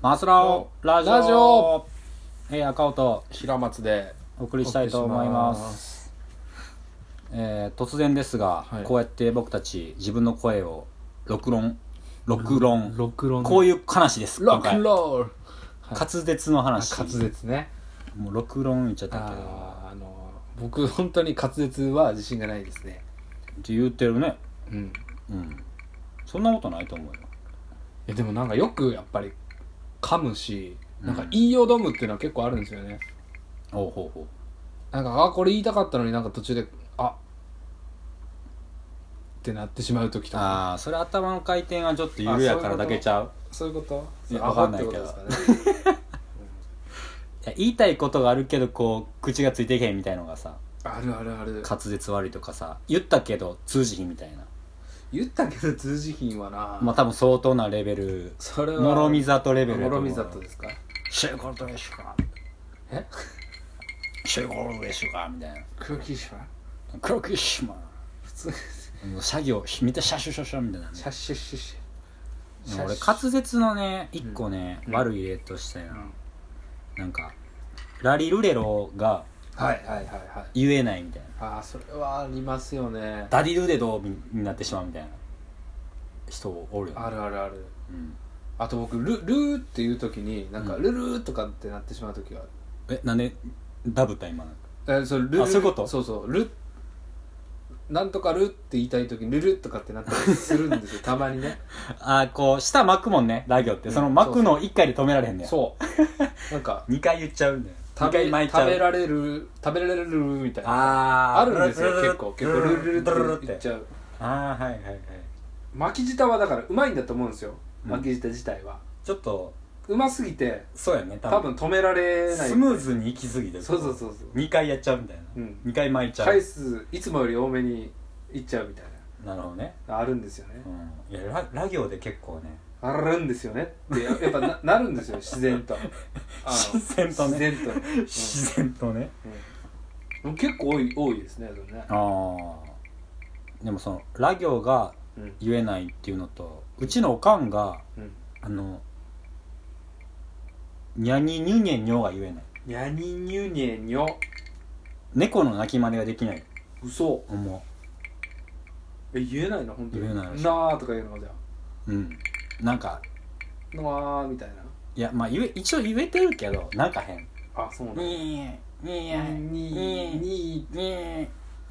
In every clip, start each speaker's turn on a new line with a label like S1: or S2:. S1: マスラオラジオ
S2: ラジオ
S1: えー、赤尾と
S2: 平松で
S1: お送りしたいと思いますえー突然ですが、
S2: はい
S1: こうやって僕たち自分の声を録音録音
S2: 録論
S1: こう
S2: いう
S1: いう話です
S2: ロ
S1: 今
S2: ック
S1: 回
S2: ンロールはい
S1: 滑舌の
S2: あ
S1: 話
S2: 滑舌ね
S1: もう録音言っちゃったけど
S2: あーあの僕本当に滑舌は自信がないですね
S1: って言ってるね
S2: うん
S1: うんそんなことないと思うよ
S2: えでもなんかよくやっぱり噛むしなんか
S1: うん
S2: 言いよどむっていうのは結構あるんですよね、
S1: おうほうほ
S2: なんかあこれ言いたかったのになんか途中であってなってしまう時
S1: う
S2: とか
S1: ああそれ頭の回転がちょっと緩やからだけちゃう
S2: そういうこと
S1: いや
S2: そうアホってことです
S1: わ
S2: か
S1: か
S2: ね
S1: いや言いたいことがあるけどこう口がついてけへんみたいのがさ
S2: あるあるある
S1: 滑舌悪いとかさ言ったけど通じひんみたいな
S2: 言ったけど通じひんはな、
S1: まあ多分相当なレベル
S2: それは
S1: 諸見里レベル
S2: 諸見
S1: 里
S2: 里ですか
S1: シェイコルドレッシュか
S2: え
S1: シェイコルドレッシュかみたいな
S2: 空気しは
S1: クロキッシュマ
S2: 普通に
S1: ンもう作業みんなシャシュシャシャみたいなね
S2: シャッシュッシュッシ
S1: で
S2: ュ
S1: も俺
S2: シャッシ
S1: 滑舌のね一個ね、
S2: うん
S1: 悪い例として
S2: ュ
S1: ななんかラリルレロが
S2: うんはいはいはいはい
S1: 言えないみたいな
S2: ああそれはありますよね
S1: ダディルデドになってしまうみたいな人おるよね
S2: あるあるある
S1: うん
S2: あと僕ルルーっていう時になんか
S1: うん
S2: ルルーとかってなってしまう時がある、
S1: えなんでダブった今の
S2: えそれルル
S1: あそういうこと
S2: そうそうルなんとかルって言いたい時にルルとかってなったりするんですよたまにね
S1: あーこう下巻くもんねラ行って
S2: うん
S1: その巻くの1回で止められへんねん
S2: そうなんか
S1: 2回言っちゃうんだよ2
S2: 食べ
S1: 回巻いちゃ
S2: 食べ
S1: う
S2: られる食べられるみたい
S1: あ
S2: な
S1: ー
S2: あるんですよ結構結構ルルルって言っちゃう
S1: ああはいはいはい
S2: 巻き舌はだからうまいんだと思うんですよ
S1: うん
S2: 巻き舌自体は
S1: ちょっと
S2: うますぎて
S1: そうやね
S2: 多分止められない
S1: スムーズに行き過ぎて
S2: そうそうそうそう
S1: 2回やっちゃうみたいな、
S2: うん
S1: 2回巻いちゃう
S2: 回数いつもより多めにいっちゃうみたい
S1: なるほどね、
S2: なあるんですよね
S1: うん、いやララ行で結構ね
S2: あるんですよねってややっ ぱななるんですよ自然とあの
S1: 自然とね
S2: 自然と、うん
S1: 自然とね、
S2: うん結構多い多いですねそれね
S1: ああでもそのラ行が
S2: うん
S1: 言えないっていうのとうちのおかんが
S2: うん
S1: あのニャニニュニェニョが言えない
S2: にゃににゅにゃにょ
S1: 猫の鳴き真似ができない
S2: 嘘
S1: 思
S2: え言えないの本当に
S1: 言えないらしい
S2: なあとか言うのじゃ
S1: ううんなんか
S2: あなあみたいない
S1: やまあ言え一応言えてるけどなんか変
S2: あそうなんだ
S1: にーにー
S2: に
S1: にーに
S2: に
S1: ーに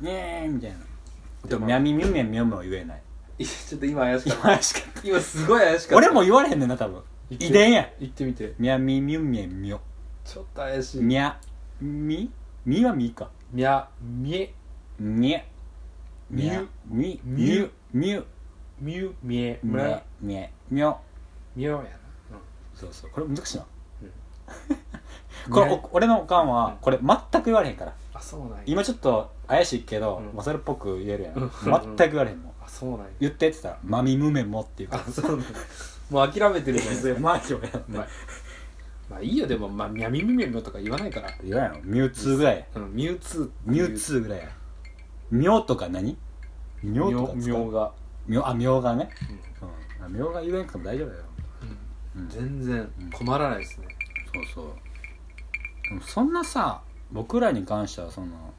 S1: ーみたいな
S2: で
S1: で
S2: も
S1: もミャミミュミャミョミョ言えない
S2: いやちょっと今怪しかった
S1: 今しか
S2: 今すごい怪しかった
S1: 俺も言われへんねんな多分
S2: 言って
S1: 遺伝や
S2: 言ってみて
S1: ミャミミュミャミョ
S2: ちょっと怪しい
S1: ミャミミはミか
S2: みゃみえ
S1: ミャ
S2: ミ
S1: ミ
S2: ュ
S1: ュミ
S2: ミ
S1: ミ
S2: ュ
S1: ュミュ
S2: みゅみえ
S1: ミ
S2: む
S1: ャ
S2: ら
S1: ミャミョ
S2: みょやな
S1: そうそうこれ難しいな
S2: うん
S1: これ
S2: みゃ
S1: お俺のおかん
S2: うん
S1: はこれ全く言われへんから
S2: あそうなんや
S1: 今ちょっと怪しいけど、
S2: うん
S1: まあ、それっぽく言えるやん、
S2: うん
S1: 全く言われへんもん
S2: あそうなんや
S1: 言ってって言ったら「まみむめも」っていう
S2: あ
S1: か
S2: そうなんやもう諦めてるじゃないです
S1: ら
S2: か
S1: マジ俺やっ
S2: うまいまあいいよでもまあみゃみみみみとか言わないから
S1: いややろミュウツーぐらいや
S2: うんミュウツーっていう
S1: ミュウツーぐらいやミョウとか何ミョウとか
S2: み
S1: 使
S2: ょ
S1: う
S2: が
S1: ミョウあミョウがね、うんあミョウが言えんくても大丈夫だよ、うん
S2: 全然困らないですね
S1: そうそうでもそんなさ僕らに関してはその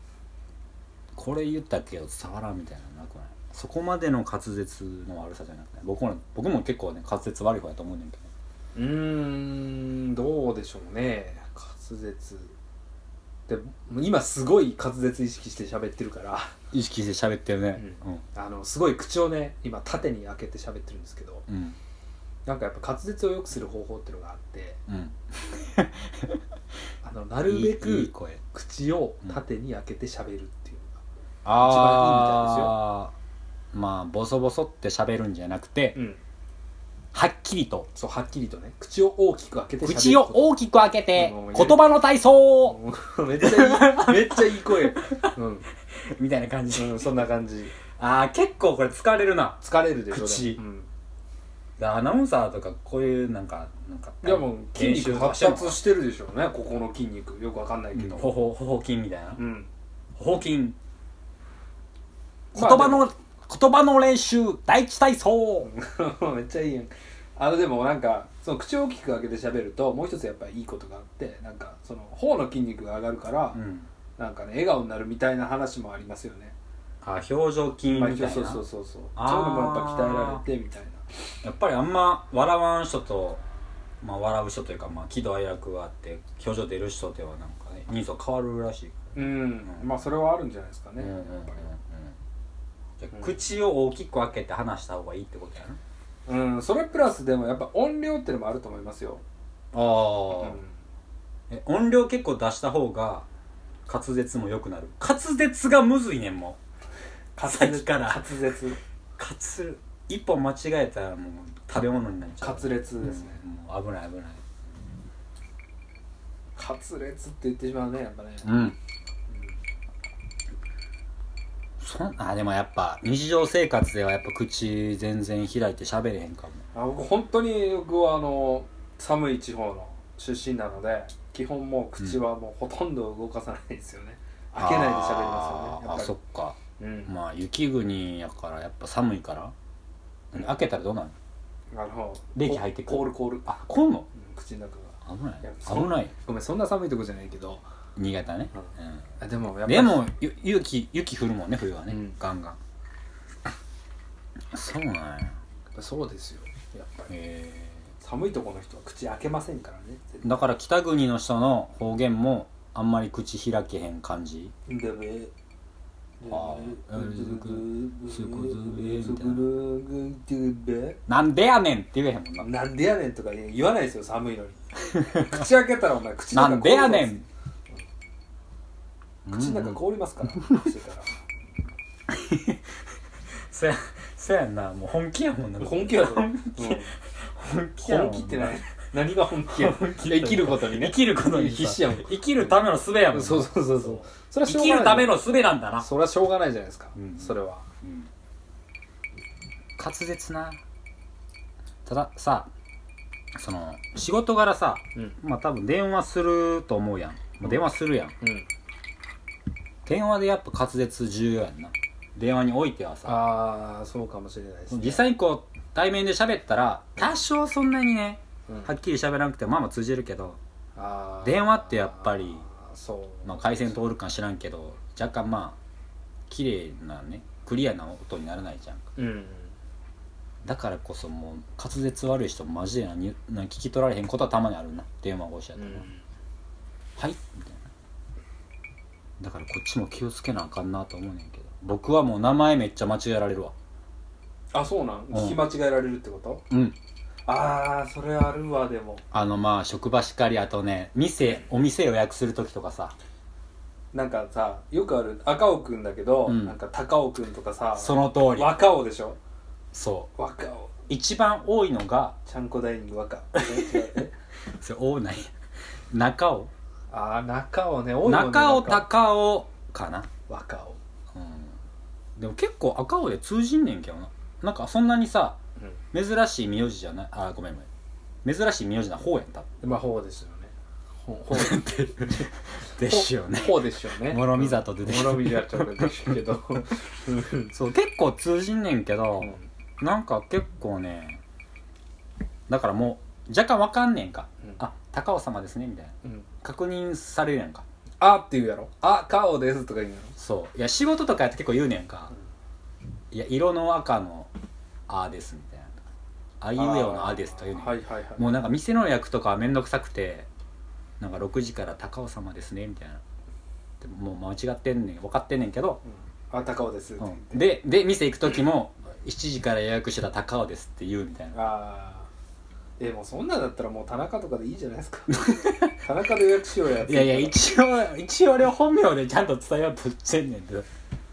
S1: これ言ったけど伝わらんみたいなのなくないそこまでの滑舌の悪さじゃなくて僕も僕も結構ね滑舌悪い方やと思うねんだけど
S2: うーんどうでしょうね滑舌で今すごい滑舌意識して喋ってるから
S1: 意識して喋ってるねうん
S2: あのすごい口をね今縦に開けて喋ってるんですけど
S1: うん
S2: なんかやっぱ滑舌を良くする方法っていうのがあって
S1: うん
S2: あのなるべく
S1: いい声
S2: 口を縦に開けて喋るっていうのが、
S1: ああまあボソボソって喋るんじゃなくて、
S2: うん
S1: はっきりと
S2: そうはっきりとね口を大きく開けて喋る
S1: 口を
S2: こと
S1: 大きく開けて
S2: うん
S1: 言葉の体操
S2: うん めっ ちゃいいめっちゃいい声、うん
S1: みたいな感じ
S2: うん、そんな感じ
S1: ああ結構これ疲れるな
S2: 疲れるでしょ
S1: 口
S2: でもうん
S1: アナウンサーとかこういうなんかなんか
S2: いやもう筋肉発
S1: 練習と
S2: 達
S1: かし
S2: してるでしょうねここの筋肉よくわかんないけ
S1: てんの
S2: ど、
S1: ほほほほ筋みたいな
S2: うん
S1: ほほ筋言
S2: まあ
S1: 葉の言葉の練習第一体操
S2: でもめっちゃいいやんあのでもなんかその口を大きく開けて喋るともう一つやっぱりいいことがあってなんかその頬の筋肉が上がるから、
S1: うん
S2: なんかね笑顔になるみたいな話もありますよね
S1: あ表情筋みたいな、
S2: そうそうそうそう
S1: あー
S2: そういうのもやっぱ鍛えられてみたいな
S1: やっぱりあんま笑わん人と、まあ、笑う人というか、まあ、喜怒哀楽があって表情出る人ではなんかね人相変わるらしいか
S2: うん
S1: うん
S2: まあそれはあるんじゃないですからね、
S1: ね、うんうんうんうんじゃあ
S2: うん
S1: 口を大きく開けて話した方がいいってことやな
S2: うん、それプラスでもやっぱ音量ってのもあると思いますよ、
S1: あ
S2: うん
S1: え音量結構出した方が滑舌も良くなる滑舌がむずいねんもうさっきから
S2: 滑 舌
S1: 滑舌一本間違えたらもう食べ物になっちゃう
S2: 滑舌ですね、
S1: うんもう危ない危ない
S2: 滑舌って言ってしまうねやっぱね、
S1: うんそんあでもやっぱ日常生活ではやっぱ口全然開いて喋れへんかも
S2: あ僕本当に僕はあの寒い地方の出身なので基本もう口はもうほとんど動かさないですよね、開けないで喋りますよ
S1: あ
S2: ねや
S1: ーあ
S2: っぱ
S1: そ
S2: り
S1: っか
S2: うん
S1: まあ雪国やからやっぱ寒いから何開けたらどうなる
S2: あの
S1: 冷気入ってくる
S2: コールコール
S1: あ来んの
S2: うん口の中が
S1: 危ない
S2: いやそ
S1: 危
S2: う
S1: ない
S2: ごめんそんな寒いとこじゃないけど
S1: 新潟ね、
S2: う
S1: うん
S2: あでもやっぱり
S1: でもゆ雪雪降るもんね冬はね、
S2: うん
S1: ガンガン そうなんや
S2: そうですよやっぱり
S1: へ
S2: 寒いとこの人は口開けませんからね絶
S1: えだから北国の人の方言もあんまり口開けへん感じ
S2: 対でもえ
S1: あーなんでやねんって言えへんもんな
S2: なんでやねんとか言わないですよ寒いのに口開けたらお前口の
S1: な
S2: 中
S1: んでやね
S2: 凍り
S1: ん
S2: ます口の
S1: う
S2: 中
S1: ん
S2: 凍りますから口してた
S1: そやそやんなもう本気やもんな
S2: ら本気やぞ
S1: 本
S2: うん
S1: 本気やもん
S2: 本気って何何が本気や
S1: 本気
S2: 生きることに
S1: 生
S2: ね
S1: きることにさ
S2: 必死やもん
S1: 生きるための術やもんな
S2: そうそうそうそうそれはし
S1: 生
S2: ょう
S1: き
S2: が
S1: るため
S2: な
S1: の
S2: い
S1: 術なんだな、
S2: それはしょうがないじゃないですか
S1: うん
S2: それは
S1: うん、滑舌なたださその仕事柄さ
S2: うん
S1: まあ多分電話すると思うやん、まあ、電話するやん
S2: うん
S1: 電話でやっぱ滑舌重要やんな電話においてはさ
S2: ああそうかもしれないですね
S1: 実際にこう対面で喋ったら多少そんなにね
S2: うん
S1: はっきり喋らなくてもまあまあ通じるけど、
S2: あー
S1: 電話ってやっぱり
S2: そう
S1: まあ、回線通るか知らんけど若干まあ綺麗なねクリアな音にならないじゃん
S2: うん
S1: だからこそもう滑舌悪い人マジで何何聞き取られへんことはたまにあるな電話越しや
S2: う
S1: とな、
S2: ん
S1: はいみたいなだからこっちも気をつけなあかんなと思うねんけど僕はもう名前めっちゃ間違えられるわ
S2: あそうなん
S1: ん
S2: 聞き間違えられるってこと
S1: うん
S2: ああそれあるわでも
S1: あのまあ職場しかりあとね店お店予約する時とかさ
S2: なんかさよくある赤尾くんだけど、
S1: うん
S2: なんか高尾くんとかさ
S1: その通り
S2: 若尾でしょ
S1: そう
S2: 若尾
S1: 一番多いのが
S2: ちゃんこダイニング若尾違うえ
S1: それ多ない中尾
S2: ああ中尾ね多いもんね
S1: 中尾
S2: 中尾
S1: 高尾かな
S2: 若
S1: う
S2: 尾
S1: んでも結構赤尾で通じんねんけどななんかそんなにさ
S2: う
S1: 珍しい名字じゃないあごめんごめん珍しい名字な方やん多分
S2: んまあほうですよね ほほう
S1: ですよね
S2: ほうですよね
S1: 諸見里でです
S2: 諸見里です けどうん
S1: そう結構通じんねんけど
S2: うん、
S1: なんか結構ねだからもう若干わかんねんか、
S2: うん
S1: あ高尾様ですねみたいな
S2: うん
S1: 確認されるやんか
S2: あって言うやろあ顔ですとか言うやろ
S1: そういや仕事とかやって結構言うねんか、いや色の赤のあですみたいなあいうえおのあですとか言うねん
S2: はいはいはい
S1: もうなんか店の予約とかは面倒くさくてなんか6時から高尾様ですねみたいなでももう間違ってんねん分かってんねんけど、
S2: うんあ高尾ですっ
S1: う
S2: て言っ
S1: ん
S2: て
S1: でで店行く時も7時から予約してた高尾ですって言うみたいな
S2: ああえもうそんなんだったらもう田中とかでいいじゃないですか 田中で予約しようや
S1: いやいや一応一応俺は本名でちゃんと伝えようとしてんねんけど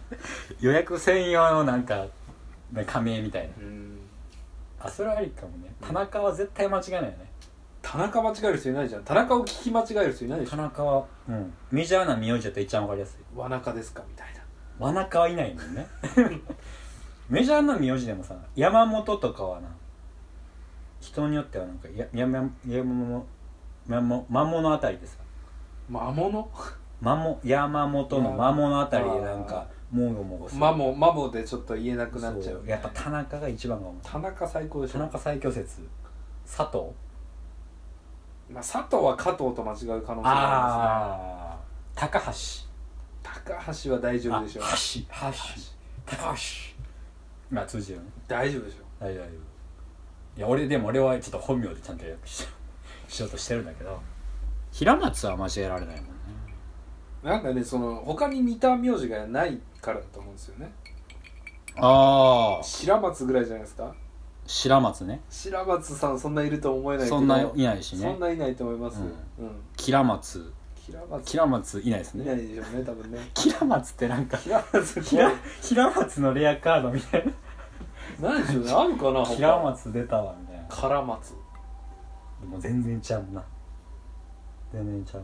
S1: 予約専用のなんかね仮名みたいな
S2: うん
S1: あそれはありかもね田中は絶対間違いないよね
S2: 田中間違える人いないじゃん田中を聞き間違える人いないでし
S1: 田
S2: ょ
S1: 中はうんメジャーな名字だと一番わかりやすい
S2: 和中ですかみたいな
S1: 真中はいないもんねメジャーな名字でもさ山本とかはな人によってはなんかややややもやも魔物あたりでさ
S2: 魔物
S1: 魔物山本の魔物あたりでなんかもごもごする
S2: マモマモでちょっと言えなくなっちゃう
S1: そうやっぱ田中が一番が思う
S2: 田中最高でし
S1: 田
S2: ょ
S1: 中最強説佐藤
S2: まあ、佐藤は加藤と間違う可能性があ
S1: ああ高橋
S2: りますね高橋は大丈夫でしょう
S1: あ橋橋高橋まあ通じるね
S2: 大丈夫でしょう
S1: 大丈夫大丈夫いや俺でも俺はちょっと本名でちゃんと予約ししようとしてるんだけど平松は間違えられないもんね
S2: なんかねその他に似た名字がないからだと思うんですよね
S1: ああ
S2: 白松ぐらいじゃないですか
S1: 白松ね
S2: 白松さんそんないると思えないけど
S1: そんないないし
S2: そ
S1: ね
S2: んないないと思います
S1: う
S2: うんん、
S1: 平松
S2: 平松
S1: 平松いないです
S2: い
S1: ね
S2: ないでしょうね多 分ね
S1: 平松ってなんか
S2: 平松
S1: 平平松のレアカードみたいな
S2: 何でしょうねあるかな他
S1: 平松出たわみたいな
S2: 唐松、
S1: でも全然ちゃうな全然ちゃう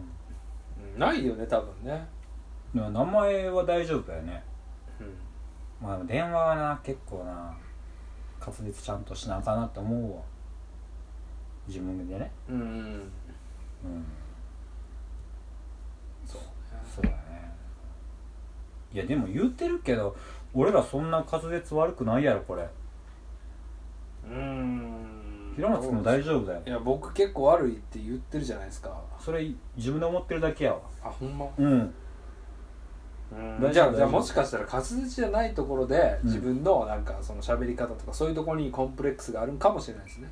S2: うん、ないよね多分ね、
S1: でも名前は大丈夫だよね
S2: うん、
S1: まあでも電話はな結構な滑舌ちゃんとしなあかんなって思うわ自分でね
S2: う
S1: う
S2: ん
S1: ん
S2: そうね
S1: そうだねいやでも言うてるけど俺らそんな滑舌悪くないやろこれ
S2: うん
S1: 平松君も大丈夫だよ
S2: いや僕結構悪いって言ってるじゃないですか
S1: それ自分で思ってるだけやわ
S2: あほんま
S1: うん大丈夫
S2: じゃ
S1: 大丈
S2: あ
S1: 夫
S2: じゃあもしかしたら滑舌じゃないところで
S1: うん
S2: 自分のなんかその喋り方とかそういうところにコンプレックスがあるんかもしれないですね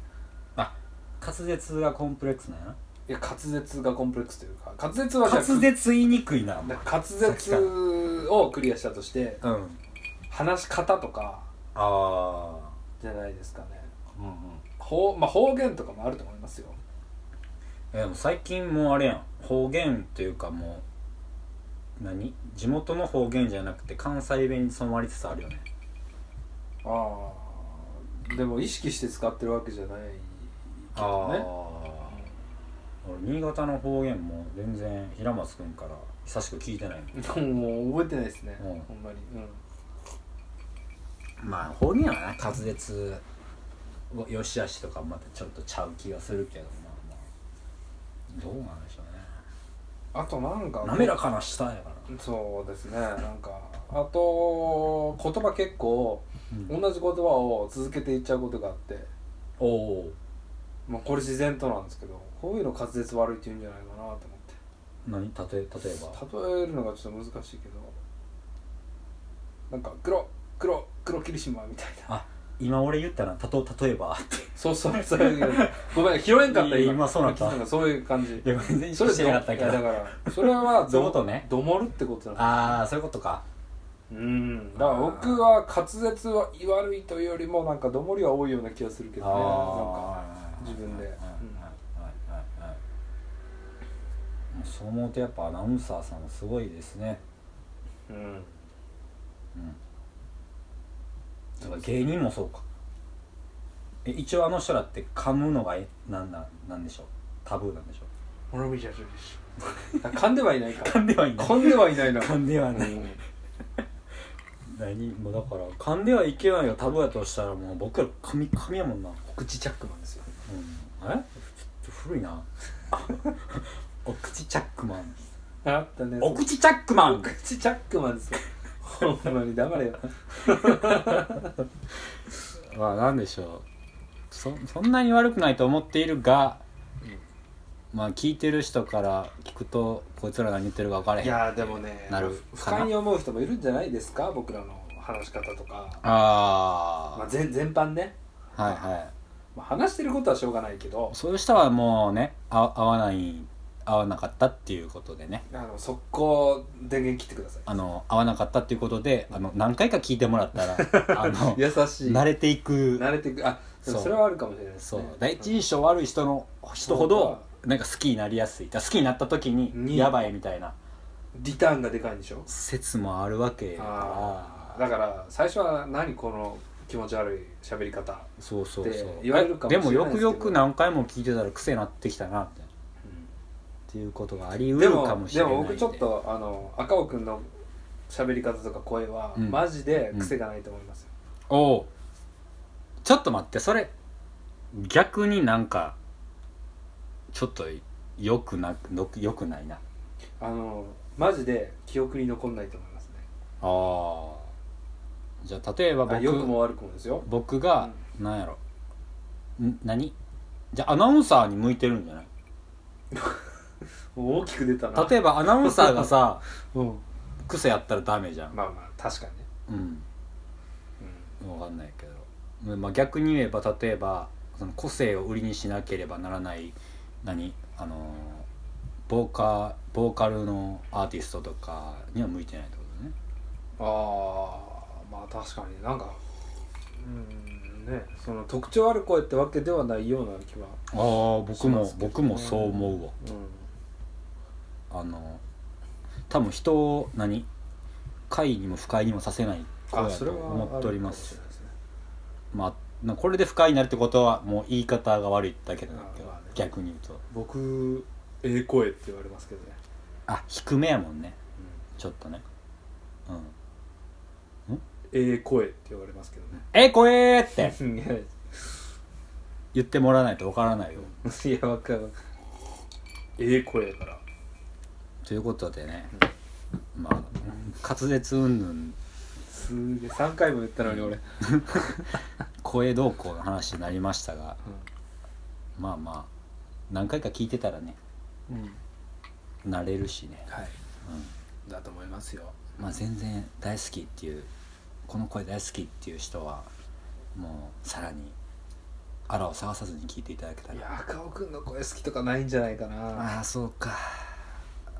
S1: 滑舌がコンプレックスなんやない
S2: や滑舌がコンプレックスというか滑舌はじゃ
S1: 滑
S2: あ
S1: 舌言いにくいな
S2: だから滑舌をクリアしたとして
S1: うん
S2: 話し方とか
S1: ああ
S2: じゃないですかね
S1: うんうん
S2: 方,、まあ、方言とかもあると思いますよ
S1: えでも最近もうあれやん方言というかもう何地元の方言じゃなくて関西弁に染まりつつあるよね
S2: ああでも意識して使ってるわけじゃない けどね
S1: あ俺新潟の方言も全然平松君から久しく聞いてないもん
S2: もう覚えてないですね、
S1: うん
S2: ほんまに、う、
S1: まあ方言はな滑舌をよしあしとかまたちょっとちゃう気がするけどまあまあどうなんでしょうん
S2: あとなんか
S1: ね滑らかな舌やから、
S2: そうですねなんかあと言葉結構同じ言葉を続けていっちゃうことがあって、
S1: おお
S2: まあ、これ自然となんですけどこういうの滑舌悪いって言うんじゃないかなと思
S1: 何たと例えば
S2: って例えるのがちょっと難しいけどなんか黒黒黒霧島みたいな
S1: 今俺言ったなたと例えばって
S2: そうそうそういうごめん拾えんかった
S1: いや今そうなった
S2: なんかそういう感じ
S1: いや全然意
S2: そ
S1: 識
S2: れ
S1: してなかったけ
S2: いやだ
S1: ど
S2: からそれ は
S1: そういうことね
S2: どもるってことなの
S1: ああそういうことか
S2: うんだから僕は滑舌は悪いというよりもなんかどもりは多いような気がするけどねなんか
S1: あー
S2: 自分で
S1: はいはい
S2: うん
S1: はいはいはいもうそう思うとやっぱアナウンサーさんもすごいですね
S2: うん
S1: うんだから芸人もそうかえ一応あの人らって噛むのがえなんなんなんでしょうタブーなんでしょ
S2: 俺もじゃそうです噛んではいないか
S1: う噛んではいない
S2: 噛んではいないな
S1: 噛んでは
S2: う
S1: ない、
S2: ん
S1: 何もうだから噛んではいけないがタブーやとしたらもう僕ら噛み噛みやもんな
S2: 口チャックマンですよ
S1: うん、えちょっと古いな お口チャックマン
S2: あった ね
S1: お口チャックマン
S2: 口チャックマンですよほんまに黙れよ
S1: まあなんでしょうそそんなに悪くないと思っているが、まあ聞いてる人から聞くとこいつら何言ってるか分からへん
S2: いやーでもね
S1: なるかな
S2: 不快に思う人もいるんじゃないですか僕らの話し方とか、まあ、
S1: あ
S2: 全全般ね、
S1: あはいは
S2: まあ、話してることはしょうがないけど
S1: いそういう人はもうねあ合わない合わなかったっていうことでね
S2: あの速攻電源切ってください
S1: あの合わなかったっていうことであの何回か聞いてもらったら あの
S2: 優しい
S1: 慣れていく
S2: 慣れてくあでも
S1: そう
S2: それはあるかもしれないです
S1: そ
S2: ね
S1: う第一印象悪い人の人ほど
S2: そ
S1: なんか好きになりやすいだから好きになった時に
S2: に
S1: やばいみたいな
S2: リターンがでかいんでしょ
S1: 説もあるわけや
S2: あ
S1: か
S2: ーだから最初は何この気持ち悪い喋り方、
S1: らそうそうそう
S2: って言われるかもしれない
S1: で
S2: です
S1: も
S2: けど
S1: よくよく何回も聞いてたら癖なってきたなってっていうことがありう
S2: で
S1: る
S2: も
S1: かもし
S2: で
S1: れない
S2: も
S1: ん
S2: 僕ちょっとあの赤尾君の喋り方とか声は、
S1: うん
S2: マジで癖がないと思いますよ、
S1: おうちょっと待ってそれ逆になんかちょっとよくなよくよくないな
S2: あのマジで記憶に残んないと思いますね
S1: あーじゃあ例えば
S2: あ
S1: 僕
S2: 良くも悪くもですよ
S1: 僕が、なんやろん何じゃあアナウンサーに向いてるんじゃない
S2: 大きく出たな
S1: 例えばアナウンサーがさ
S2: うん
S1: 癖やったらダメじゃん
S2: まあまあ確かにね、
S1: うん
S2: う
S1: 分かんないけど、まあ、逆に言えば例えばその個性を売りにしなければならない何あのボーカボーカルのアーティストとかには向いてないってことね
S2: ん、ああまあ確かになんかうんねその特徴ある声ってわけではないような気は
S1: ああ僕も、
S2: しますけどね
S1: 僕もそう思うわ
S2: う
S1: あの多分人を何快にも不快にもさせない
S2: ん
S1: 声
S2: あ
S1: だと
S2: それは
S1: 思っております
S2: あるかもしれないで
S1: まあなこれで不快になるってことはもう言い方が悪いだけなんだけど、
S2: まあまあね
S1: 逆に言うと
S2: すね僕ええ声って言われますけどね、
S1: あ低めやもんね
S2: うん
S1: ちょっとねうん
S2: ええ声って言われますけどね
S1: えこえーって
S2: いや
S1: 言ってもらわないとわからないよ、
S2: いやわかるええ声やから
S1: ということでね、まあ滑舌うんぬん
S2: すげえ3回も言ったのに俺、
S1: 声動向の話になりましたがまあまあ何回か聞いてたらね
S2: うん
S1: 慣れるしね、
S2: はい
S1: うん、
S2: だと思いますよ
S1: まあ、全然大好きっていうこの声大好きっていう人はもうさらにあらを探さずに聞いていただけた
S2: い
S1: ら
S2: や赤尾君の声好きとかないんじゃないかな
S1: ああそうか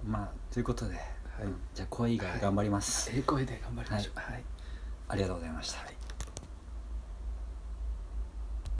S1: まあということで、
S2: い
S1: うんじゃあ声以外頑張ります、
S2: ええ声で頑張りましょうはい
S1: ありがとうございました、
S2: い